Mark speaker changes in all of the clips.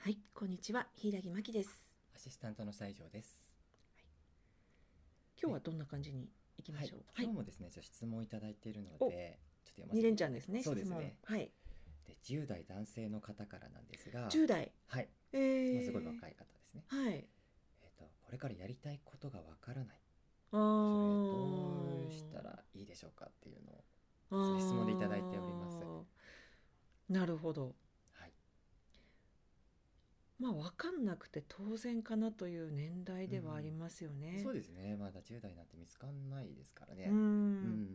Speaker 1: はい、こんにちは、柊木真希です。
Speaker 2: アシスタントの西条です。
Speaker 1: 今日はどんな感じにいきま
Speaker 2: はい
Speaker 1: しょう。、はい
Speaker 2: 今日、もですね、ちょっと質問いただいているので、ち
Speaker 1: お
Speaker 2: ょっと読ませ
Speaker 1: 二
Speaker 2: て
Speaker 1: 連チャンですね。
Speaker 2: そうで
Speaker 1: 質
Speaker 2: す
Speaker 1: 問
Speaker 2: ね。
Speaker 1: はい、
Speaker 2: で、10代男性の方からなんですが、
Speaker 1: 十代。
Speaker 2: はい、ま
Speaker 1: えー
Speaker 2: あすごい若い方ですね。
Speaker 1: はい。
Speaker 2: えっ、とこれからやりたいことがわからない。
Speaker 1: あ
Speaker 2: それ
Speaker 1: ー
Speaker 2: どうしたらいいでしょうかっていうのを、
Speaker 1: あ
Speaker 2: う
Speaker 1: ー
Speaker 2: いう質問でいただいております
Speaker 1: なるほど。
Speaker 2: はい、
Speaker 1: まあ、わかんなくて当然かなという年代ではありますよね。
Speaker 2: そうですね。まだ10代なんて見つかんないですからね。
Speaker 1: う。
Speaker 2: うんん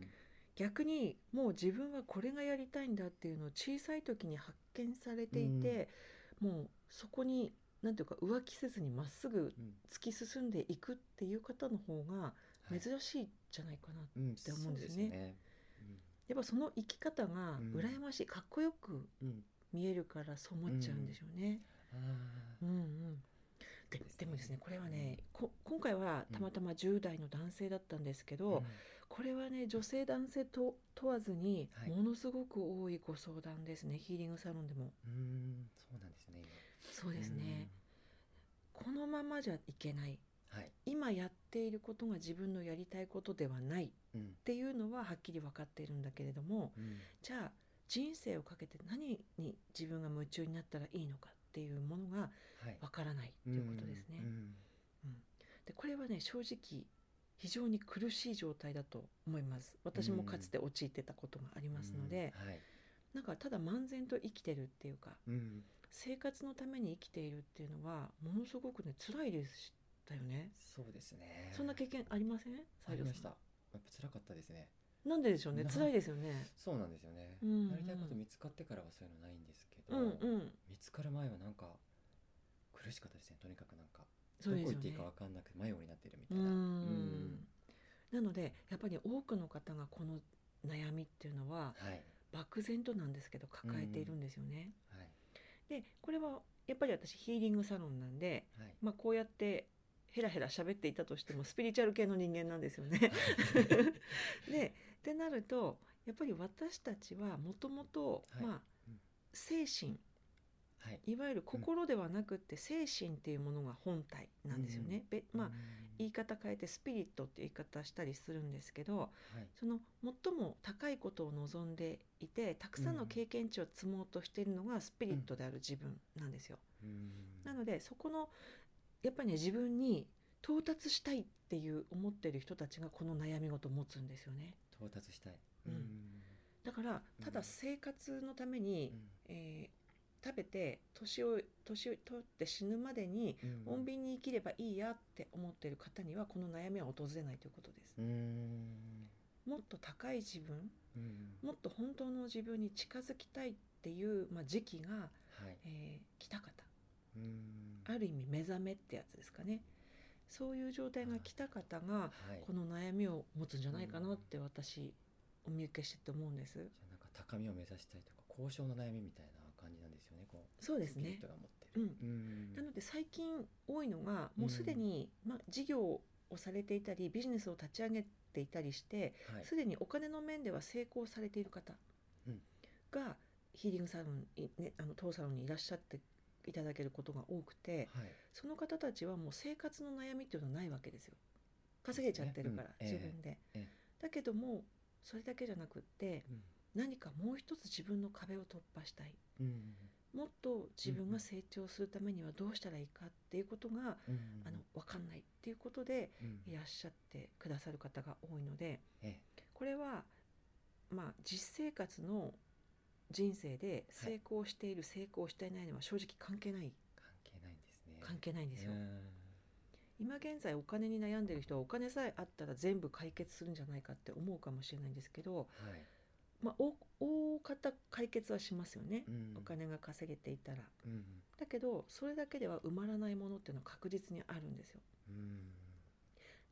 Speaker 1: 逆にもう自分はこれがやりたいんだっていうのを小さい時に発見されていて、もうそこになんていうか浮気せずにまっすぐ
Speaker 2: うん
Speaker 1: 突き進んでいくっていう方の方が
Speaker 2: はい
Speaker 1: 珍しいじゃないかな、
Speaker 2: うん、
Speaker 1: て思うんですね
Speaker 2: そね。
Speaker 1: やっぱその生き方が
Speaker 2: うん
Speaker 1: 羨ましい、かっこよく
Speaker 2: うん、うん、
Speaker 1: 見えるからそう思っちゃうんでしょうね。
Speaker 2: あ
Speaker 1: う
Speaker 2: ー
Speaker 1: んうん
Speaker 2: そう
Speaker 1: で
Speaker 2: ですね
Speaker 1: でもですねこれはねこ今回はたまたま10代の男性だったんですけど、
Speaker 2: うん
Speaker 1: これはね女性男性と問わずに
Speaker 2: はい
Speaker 1: ものすごく多いご相談ですね、ヒーリングサロンでも。
Speaker 2: うん、そうなんですね。
Speaker 1: そう
Speaker 2: 今
Speaker 1: ですね、。このままじゃいけない
Speaker 2: うんはい、
Speaker 1: 今やっていることが自分のやりたいことではないっ
Speaker 2: うん、
Speaker 1: ていうのははっきり分かっているんだけれども
Speaker 2: うん、
Speaker 1: じゃあ人生をかけて何に自分が夢中になったらいいのかっていうものが
Speaker 2: はい。
Speaker 1: 分からないということですね。
Speaker 2: うんうん
Speaker 1: でこれはね正直非常に苦しい状態だと思います私もかつて陥ってたことがありますので、
Speaker 2: うんはい
Speaker 1: なんかただ漫然と生きてるっていうか
Speaker 2: うん、
Speaker 1: 生活のために生きているっていうのはものすごくね辛いでしたよね。
Speaker 2: そうですね。
Speaker 1: そんな経験ありません？
Speaker 2: あり
Speaker 1: 西条
Speaker 2: ま
Speaker 1: さん
Speaker 2: した。やっぱ辛かったですね。
Speaker 1: なんででしょうね。
Speaker 2: な
Speaker 1: 辛いですよね。
Speaker 2: そうなんですよね。
Speaker 1: うんうん
Speaker 2: やりたいこと見つかってからはそういうのないんですけ
Speaker 1: う
Speaker 2: ど、
Speaker 1: んうん。
Speaker 2: 見つかる前はなんか苦しかったですね。とにかくなんか、
Speaker 1: そうで
Speaker 2: どこ
Speaker 1: す
Speaker 2: 行
Speaker 1: よ
Speaker 2: っていい
Speaker 1: ね
Speaker 2: か。わかんなくて迷子になってるみ
Speaker 1: う
Speaker 2: たいな。
Speaker 1: ん。なのでやっぱり多くの方がこの悩みっていうのは
Speaker 2: はい
Speaker 1: 漠然となんですけど抱えているんですよね。
Speaker 2: はい
Speaker 1: でこれはやっぱり私ヒーリングサロンなんで、
Speaker 2: はい。
Speaker 1: まあ、こうやってヘラヘラ喋っていたとしてもスピリチュアル系の人間なんですよね。 でってなるとやっぱり私たちはもともと
Speaker 2: はい
Speaker 1: まあ
Speaker 2: うん
Speaker 1: 精神
Speaker 2: はい。
Speaker 1: いわゆる心ではなくって精神っていうものが本体なんですよね。べまあ
Speaker 2: うん
Speaker 1: 言い方変えてスピリットっていう言い方したりするんですけど
Speaker 2: はい。
Speaker 1: その最も高いことを望んでいてたくさんの経験値を積もうとしているのがスピリットである自分なんですよ。
Speaker 2: うん
Speaker 1: なのでそこのやっぱりね自分に到達したいっていう思ってる人たちがこの悩み事を持つんですよね。
Speaker 2: 到達したい。
Speaker 1: うんだからただ生活のために、えー食べて年を年を取って死ぬまでに
Speaker 2: うん
Speaker 1: 穏便に生きればいいやって思っている方にはこの悩みは訪れないということです。
Speaker 2: うん
Speaker 1: もっと高い自分
Speaker 2: うん
Speaker 1: もっと本当の自分に近づきたいっていう、まあ、時期が、
Speaker 2: はい。
Speaker 1: えー来た方
Speaker 2: うん
Speaker 1: ある意味目覚めってやつですかねそういう状態が来た方が
Speaker 2: はい。
Speaker 1: この悩みを持つんじゃないかなって私お見受けしてて思うんです。
Speaker 2: じゃあなんか高みを目指したいとか交渉の悩みみたいな感じなんですよね。こう
Speaker 1: そうです
Speaker 2: スピリ
Speaker 1: ね
Speaker 2: ットが持って
Speaker 1: う
Speaker 2: る。
Speaker 1: ん
Speaker 2: うん
Speaker 1: なので最近多いのがもうすでに、まあ、事業をされていたりビジネスを立ち上げていたりして
Speaker 2: はい
Speaker 1: すで、にお金の面では成功されている方
Speaker 2: うん
Speaker 1: がヒーリングサロンに、ね、あの当サロンにいらっしゃっていただけることが多くて
Speaker 2: はい、
Speaker 1: その方たちはもう生活の悩みっていうのはないわけですよ稼げちゃってるから、
Speaker 2: そうです
Speaker 1: 自
Speaker 2: ねうん
Speaker 1: 分で、
Speaker 2: えええ
Speaker 1: だけどもそれだけじゃなくって何かもう一つ自分の壁を突破したい
Speaker 2: うん
Speaker 1: もっと自分が成長するためにはどうしたらいいかっていうことが、
Speaker 2: うん
Speaker 1: あの分かんないっていうことで
Speaker 2: うん
Speaker 1: いらっしゃってくださる方が多いので
Speaker 2: え
Speaker 1: これはまあ実生活の人生で成功している、成功していないのは正直関係ない
Speaker 2: 関係ないんですね。
Speaker 1: 関係ないんですよ、
Speaker 2: うん
Speaker 1: 今現在お金に悩んでる人はお金さえあったら全部解決するんじゃないかって思うかもしれないんですけど
Speaker 2: はい、
Speaker 1: まあ、大大方解決はしますよね、
Speaker 2: うん
Speaker 1: お金が稼げていたら。
Speaker 2: うん
Speaker 1: だけどそれだけでは埋まらないものっていうのは確実にあるんですよ。
Speaker 2: うん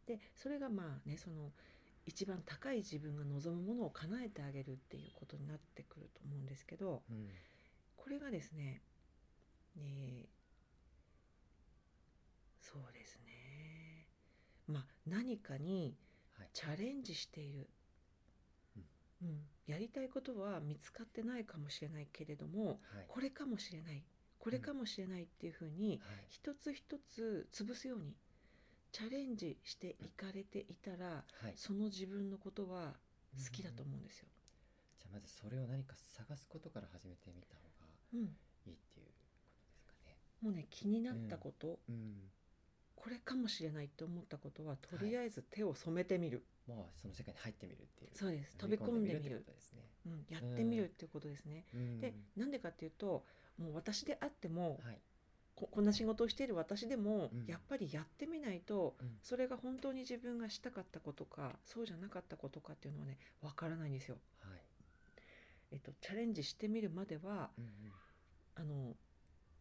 Speaker 1: でそれがまあねその一番高い自分が望むものを叶えてあげるっていうことになってくると思うんですけど
Speaker 2: うん
Speaker 1: これがですねねそうですねまあ何かに
Speaker 2: はい
Speaker 1: チャレンジしている、うん、やりたいことは見つかってないかもしれないけれども
Speaker 2: はい
Speaker 1: これかもしれないこれかもしれないっていうふうに、
Speaker 2: はい
Speaker 1: 一つ一つ潰すようにチャレンジしていかれていたら
Speaker 2: はい
Speaker 1: その自分のことは好きだと思うんですよ。
Speaker 2: じゃあまずそれを何か探すことから始めてみた方が
Speaker 1: うん、
Speaker 2: いいっていうことですかね。
Speaker 1: もうね気になったこと、
Speaker 2: うん、
Speaker 1: これかもしれないって思ったことはとりあえず手を染めてみる、
Speaker 2: もうその世界に入ってみるっていう。
Speaker 1: そうです飛び込んでみ
Speaker 2: って
Speaker 1: る
Speaker 2: ことですね。
Speaker 1: うん、やってみるっていうことですね。
Speaker 2: うん
Speaker 1: でなんでかっていうともう私であっても
Speaker 2: はい。
Speaker 1: ここんな仕事をしている私でも、
Speaker 2: うん
Speaker 1: やっぱりやってみないと
Speaker 2: うん
Speaker 1: それが本当に自分がしたかったことかそうじゃなかったことかっていうのはねわからないんですよ。
Speaker 2: はい。
Speaker 1: えっと、チャレンジしてみるまでは
Speaker 2: うん
Speaker 1: あの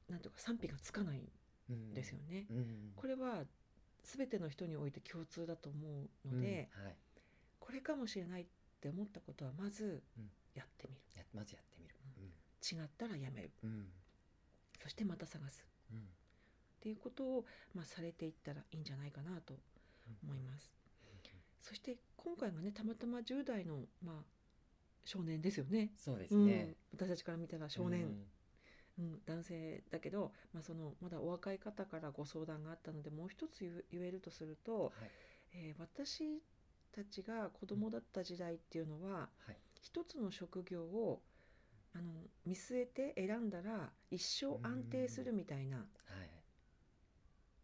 Speaker 1: なんていうか賛否がつかないん
Speaker 2: うんうん
Speaker 1: ですよね。
Speaker 2: うん。
Speaker 1: これは全ての人において共通だと思う
Speaker 2: う
Speaker 1: の
Speaker 2: ん
Speaker 1: で、
Speaker 2: はい。
Speaker 1: これかもしれないって思ったことはまず
Speaker 2: うん
Speaker 1: やってみる、
Speaker 2: やまずやってみる。
Speaker 1: 違ったらやめる
Speaker 2: うんうん
Speaker 1: そしてまた探す
Speaker 2: うん。
Speaker 1: っていうことを、まあ、されていったらいいんじゃないかなと思います。そして今回がねたまたま10代の、まあ、少年ですよね。
Speaker 2: そうですね。
Speaker 1: うん、私たちから見たら少年、うん、男性だけど、まあ、そのまだお若い方からご相談があったのでもう一つ言う言えるとする
Speaker 2: うん。
Speaker 1: と、
Speaker 2: はい
Speaker 1: えー私たちが子供だった時代っていうのは
Speaker 2: はい。
Speaker 1: 一つの職業をあの見据えて選んだら一生安定するみたいな
Speaker 2: はい。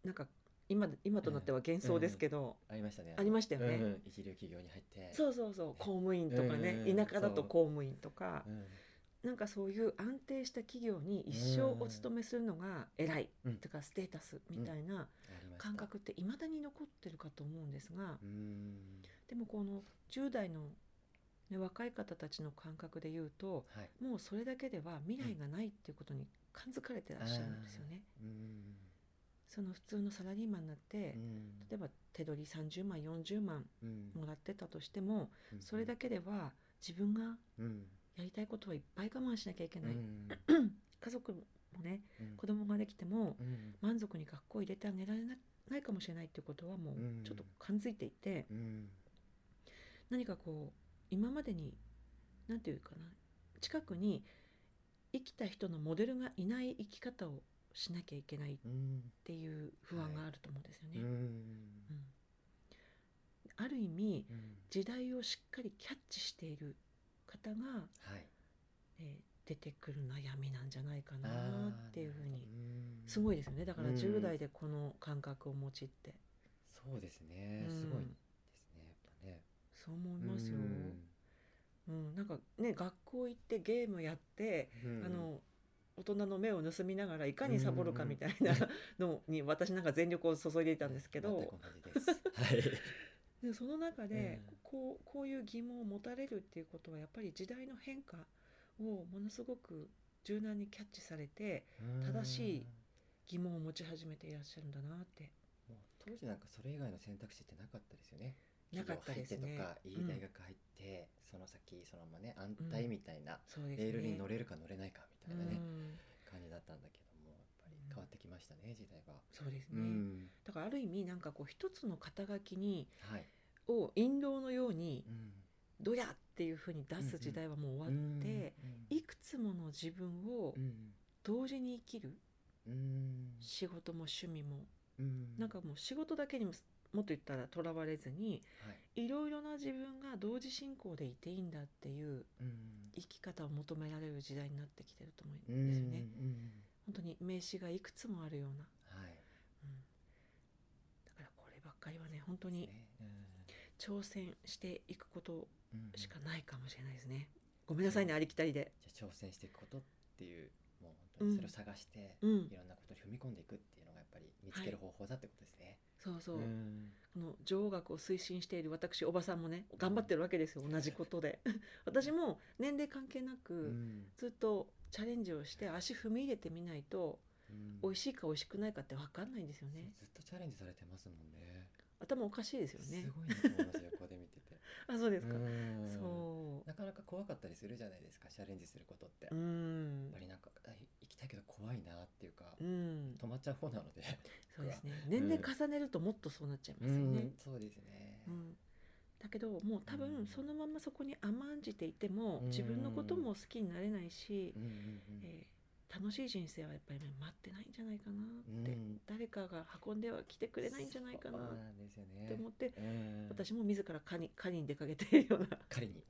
Speaker 1: なんか今今となっては幻想ですけど、
Speaker 2: ありましたね。
Speaker 1: ありましたよね
Speaker 2: うんうん。一流企業に入って。
Speaker 1: そうそうそう公務員とかね、
Speaker 2: うん
Speaker 1: 田舎だと
Speaker 2: そう
Speaker 1: 公務員とか、
Speaker 2: うん。
Speaker 1: なんかそういう安定した企業に一生お勤めするのが偉い、
Speaker 2: うん
Speaker 1: とかステータスみたいな。
Speaker 2: ありました
Speaker 1: 感。覚って未だに残ってるかと思うんですが
Speaker 2: うん。
Speaker 1: でもこの10代の、ね、若い方たちの感覚で言うと
Speaker 2: はい。
Speaker 1: もうそれだけでは未来がないっていうことに感づかれてらっしゃるんですよね。
Speaker 2: うん。
Speaker 1: その普通のサラリーマンになって
Speaker 2: うん
Speaker 1: 例えば手取り30万40万
Speaker 2: うん
Speaker 1: もらってたとしても
Speaker 2: うん
Speaker 1: それだけでは自分が
Speaker 2: うん
Speaker 1: やりたいことはいっぱい我慢しなきゃいけない、
Speaker 2: うん
Speaker 1: 家族もね
Speaker 2: うん
Speaker 1: 子供ができても
Speaker 2: うん
Speaker 1: 満足に学校入れてあげられなないかもしれないっていうことはもうちょっと感づいていて、
Speaker 2: うん
Speaker 1: 何かこう今までに何て言うかな近くに生きた人のモデルがいない生き方をしなきゃいけないっ
Speaker 2: うん
Speaker 1: ていう不安があると思うんですよね。
Speaker 2: うん
Speaker 1: うんある意味
Speaker 2: うん
Speaker 1: 時代をしっかりキャッチしている方が、
Speaker 2: はい
Speaker 1: えー出てくる悩みなんじゃないかなっていうふうに
Speaker 2: うん
Speaker 1: すごいですよねだから
Speaker 2: うん
Speaker 1: 10代でこの感覚を持ちって
Speaker 2: そうですね
Speaker 1: うん
Speaker 2: すごいですねやっぱね
Speaker 1: そう思いますよ
Speaker 2: う。
Speaker 1: うん、なんかね学校行ってゲームやって
Speaker 2: ん
Speaker 1: あの大人の目を盗みながらいかにサボるかみたいな
Speaker 2: うんうん
Speaker 1: のに私なんか全力を注いでいたんですけ
Speaker 2: 全く
Speaker 1: ど
Speaker 2: 同じですはい
Speaker 1: でその中で
Speaker 2: うん
Speaker 1: こうこういう疑問を持たれるっていうことはやっぱり時代の変化をものすごく柔軟にキャッチされて 正しい疑問を持ち始めていらっしゃるんだなって
Speaker 2: もう当時なんかそれ以外の選択肢ってなかったですよね
Speaker 1: なかったです
Speaker 2: 企業入って
Speaker 1: ね
Speaker 2: とか。いい大学入ってその先そのままね安泰みたいな
Speaker 1: そうです
Speaker 2: レ
Speaker 1: ね
Speaker 2: ールに乗れるか乗れないかみたいな
Speaker 1: う
Speaker 2: ね
Speaker 1: ん
Speaker 2: 感じだったんだけどもやっぱり変わってきましたね時代が
Speaker 1: そうです
Speaker 2: う
Speaker 1: ね、
Speaker 2: ん
Speaker 1: だからある意味なんかこう一つの肩書きに
Speaker 2: はい
Speaker 1: を引導のように
Speaker 2: うん
Speaker 1: ドヤっていうふうに出す時代はもう終わって、いくつもの自分を
Speaker 2: うん
Speaker 1: 同時に生きる
Speaker 2: うん
Speaker 1: 仕事も趣味も
Speaker 2: うん
Speaker 1: なんかもう仕事だけにももっと言ったらとらわれずに
Speaker 2: はい
Speaker 1: いろいろな自分が同時進行でいていいんだっていう
Speaker 2: うん
Speaker 1: 生き方を求められる時代になってきてると思
Speaker 2: う
Speaker 1: うん
Speaker 2: ん
Speaker 1: ですよね。
Speaker 2: うん
Speaker 1: 本当に名刺がいくつもあるような、
Speaker 2: はい
Speaker 1: うんだからこればっかりはね本当に
Speaker 2: ねうん
Speaker 1: 挑戦していくこと
Speaker 2: うん
Speaker 1: しかないかもしれないですね。ごめんなさいねありきたりで。
Speaker 2: じゃあ挑戦していくことっていうもう本当にそれを探して、
Speaker 1: うん
Speaker 2: いろんなことに踏み込んでいくっていうのがやっぱり見つける方法だってことですね。
Speaker 1: そうそう、
Speaker 2: うん
Speaker 1: この女王学を推進している私おばさんもね頑張ってるわけですよ同じことで私も年齢関係なく、
Speaker 2: うん
Speaker 1: ずっとチャレンジをして足踏み入れてみないと
Speaker 2: うん
Speaker 1: 美味しいか美味しくないかって分かんないんですよね
Speaker 2: ずっとチャレンジされてますもんね。
Speaker 1: 頭おかしいですよね
Speaker 2: すごいなと思いますよ、ここで見てて。
Speaker 1: あそう ですか、
Speaker 2: うん
Speaker 1: そ
Speaker 2: なかなか怖かったりするじゃないですか、チャレンジすることって。
Speaker 1: うう
Speaker 2: やっ
Speaker 1: ん
Speaker 2: ぱりなんか、あ行きたいけど怖いなっていうか
Speaker 1: う、ん
Speaker 2: 止まっちゃう方なので。
Speaker 1: そうですね年齢重ねるともっとそうなっちゃいますよね、
Speaker 2: そうですね。
Speaker 1: うんだけどもう多分そのままそこに甘んじていても
Speaker 2: うん
Speaker 1: 自分のことも好きになれないし
Speaker 2: う、んうんうん
Speaker 1: えー楽しい人生はやっぱりね待ってないんじゃないかなって、
Speaker 2: うん
Speaker 1: 誰かが運んでは来てくれないんじゃないかな
Speaker 2: そう
Speaker 1: っ
Speaker 2: なんですよね。
Speaker 1: て思って、
Speaker 2: うん
Speaker 1: 私も自ら狩り狩りに出かけているような
Speaker 2: 彼 に。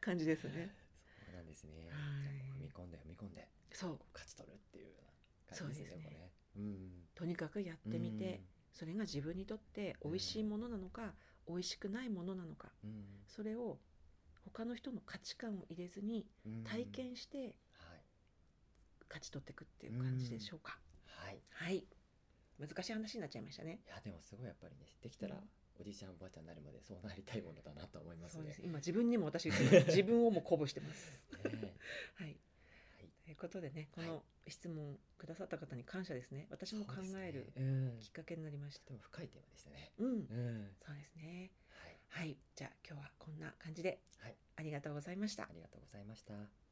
Speaker 1: 感じですね。
Speaker 2: そうなんですね。
Speaker 1: はい
Speaker 2: じゃあもう踏み込んで踏み込んで
Speaker 1: そう
Speaker 2: 勝ち取るっていうような感じですね。
Speaker 1: そうですね
Speaker 2: もうねうん。
Speaker 1: とにかくやってみて、それが自分にとって美味しいものなのか、美味しくないものなのか
Speaker 2: うん、
Speaker 1: それを他の人の価値観を入れずに
Speaker 2: うん、うん
Speaker 1: 体験して
Speaker 2: はい
Speaker 1: 勝ち取っていくっていう感じでしょうか。
Speaker 2: はい。い
Speaker 1: はい難しい話になっちゃいましたね。
Speaker 2: やでもすごいやっぱりねできた
Speaker 1: う
Speaker 2: ら
Speaker 1: ん
Speaker 2: おじいちゃんおばあちゃんになるまでそうなりたいものだなと思います
Speaker 1: そうで
Speaker 2: ね
Speaker 1: す。今自分にも私言ってます自分をも鼓舞してます。
Speaker 2: ね
Speaker 1: はい
Speaker 2: はい
Speaker 1: ということでねこ
Speaker 2: はい
Speaker 1: の質問くださった方に感謝ですね。私も考える
Speaker 2: そうですねうん、
Speaker 1: きっかけになりまし
Speaker 2: と
Speaker 1: た。
Speaker 2: ても深いテーマでしたね。
Speaker 1: うん、
Speaker 2: うん。
Speaker 1: そうですね。
Speaker 2: はい。
Speaker 1: はい、じゃあ今日はこんな感じで
Speaker 2: はい。
Speaker 1: ありがとうございました
Speaker 2: あ。りがとうございました。